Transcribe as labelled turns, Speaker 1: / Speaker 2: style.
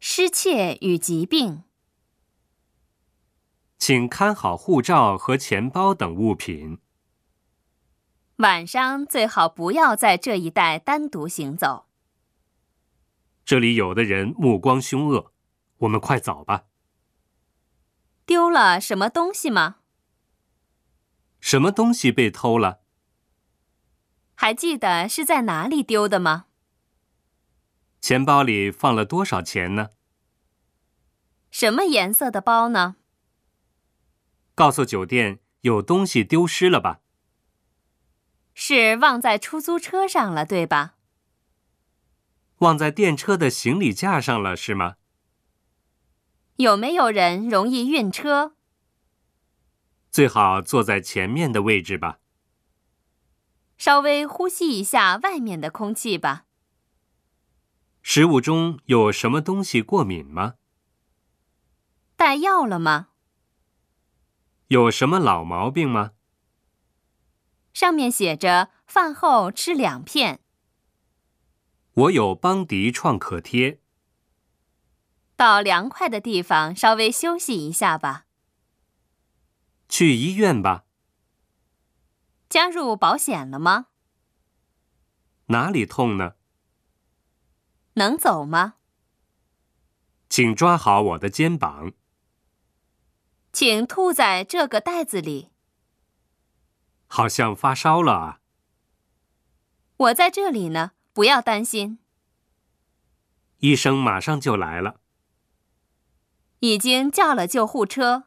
Speaker 1: 失窃与疾病，
Speaker 2: 请看好护照和钱包等物品。
Speaker 1: 晚上最好不要在这一带单独行走。
Speaker 2: 这里有的人目光凶恶，我们快走吧。
Speaker 1: 丢了什么东西吗？
Speaker 2: 什么东西被偷了？
Speaker 1: 还记得是在哪里丢的吗？
Speaker 2: 钱包里放了多少钱呢？
Speaker 1: 什么颜色的包呢？
Speaker 2: 告诉酒店有东西丢失了吧？
Speaker 1: 是忘在出租车上了，对吧？
Speaker 2: 忘在电车的行李架上了是吗？
Speaker 1: 有没有人容易晕车？
Speaker 2: 最好坐在前面的位置吧。
Speaker 1: 稍微呼吸一下外面的空气吧。
Speaker 2: 食物中有什么东西过敏吗？
Speaker 1: 带药了吗？
Speaker 2: 有什么老毛病吗？
Speaker 1: 上面写着饭后吃两片。
Speaker 2: 我有邦迪创可贴，
Speaker 1: 到凉快的地方稍微休息一下吧。
Speaker 2: 去医院吧。
Speaker 1: 加入保险了吗？
Speaker 2: 哪里痛呢？
Speaker 1: 能走吗？
Speaker 2: 请抓好我的肩膀。
Speaker 1: 请吐在这个袋子里。
Speaker 2: 好像发烧了啊！
Speaker 1: 我在这里呢，不要担心，
Speaker 2: 医生马上就来了。
Speaker 1: 已经叫了救护车。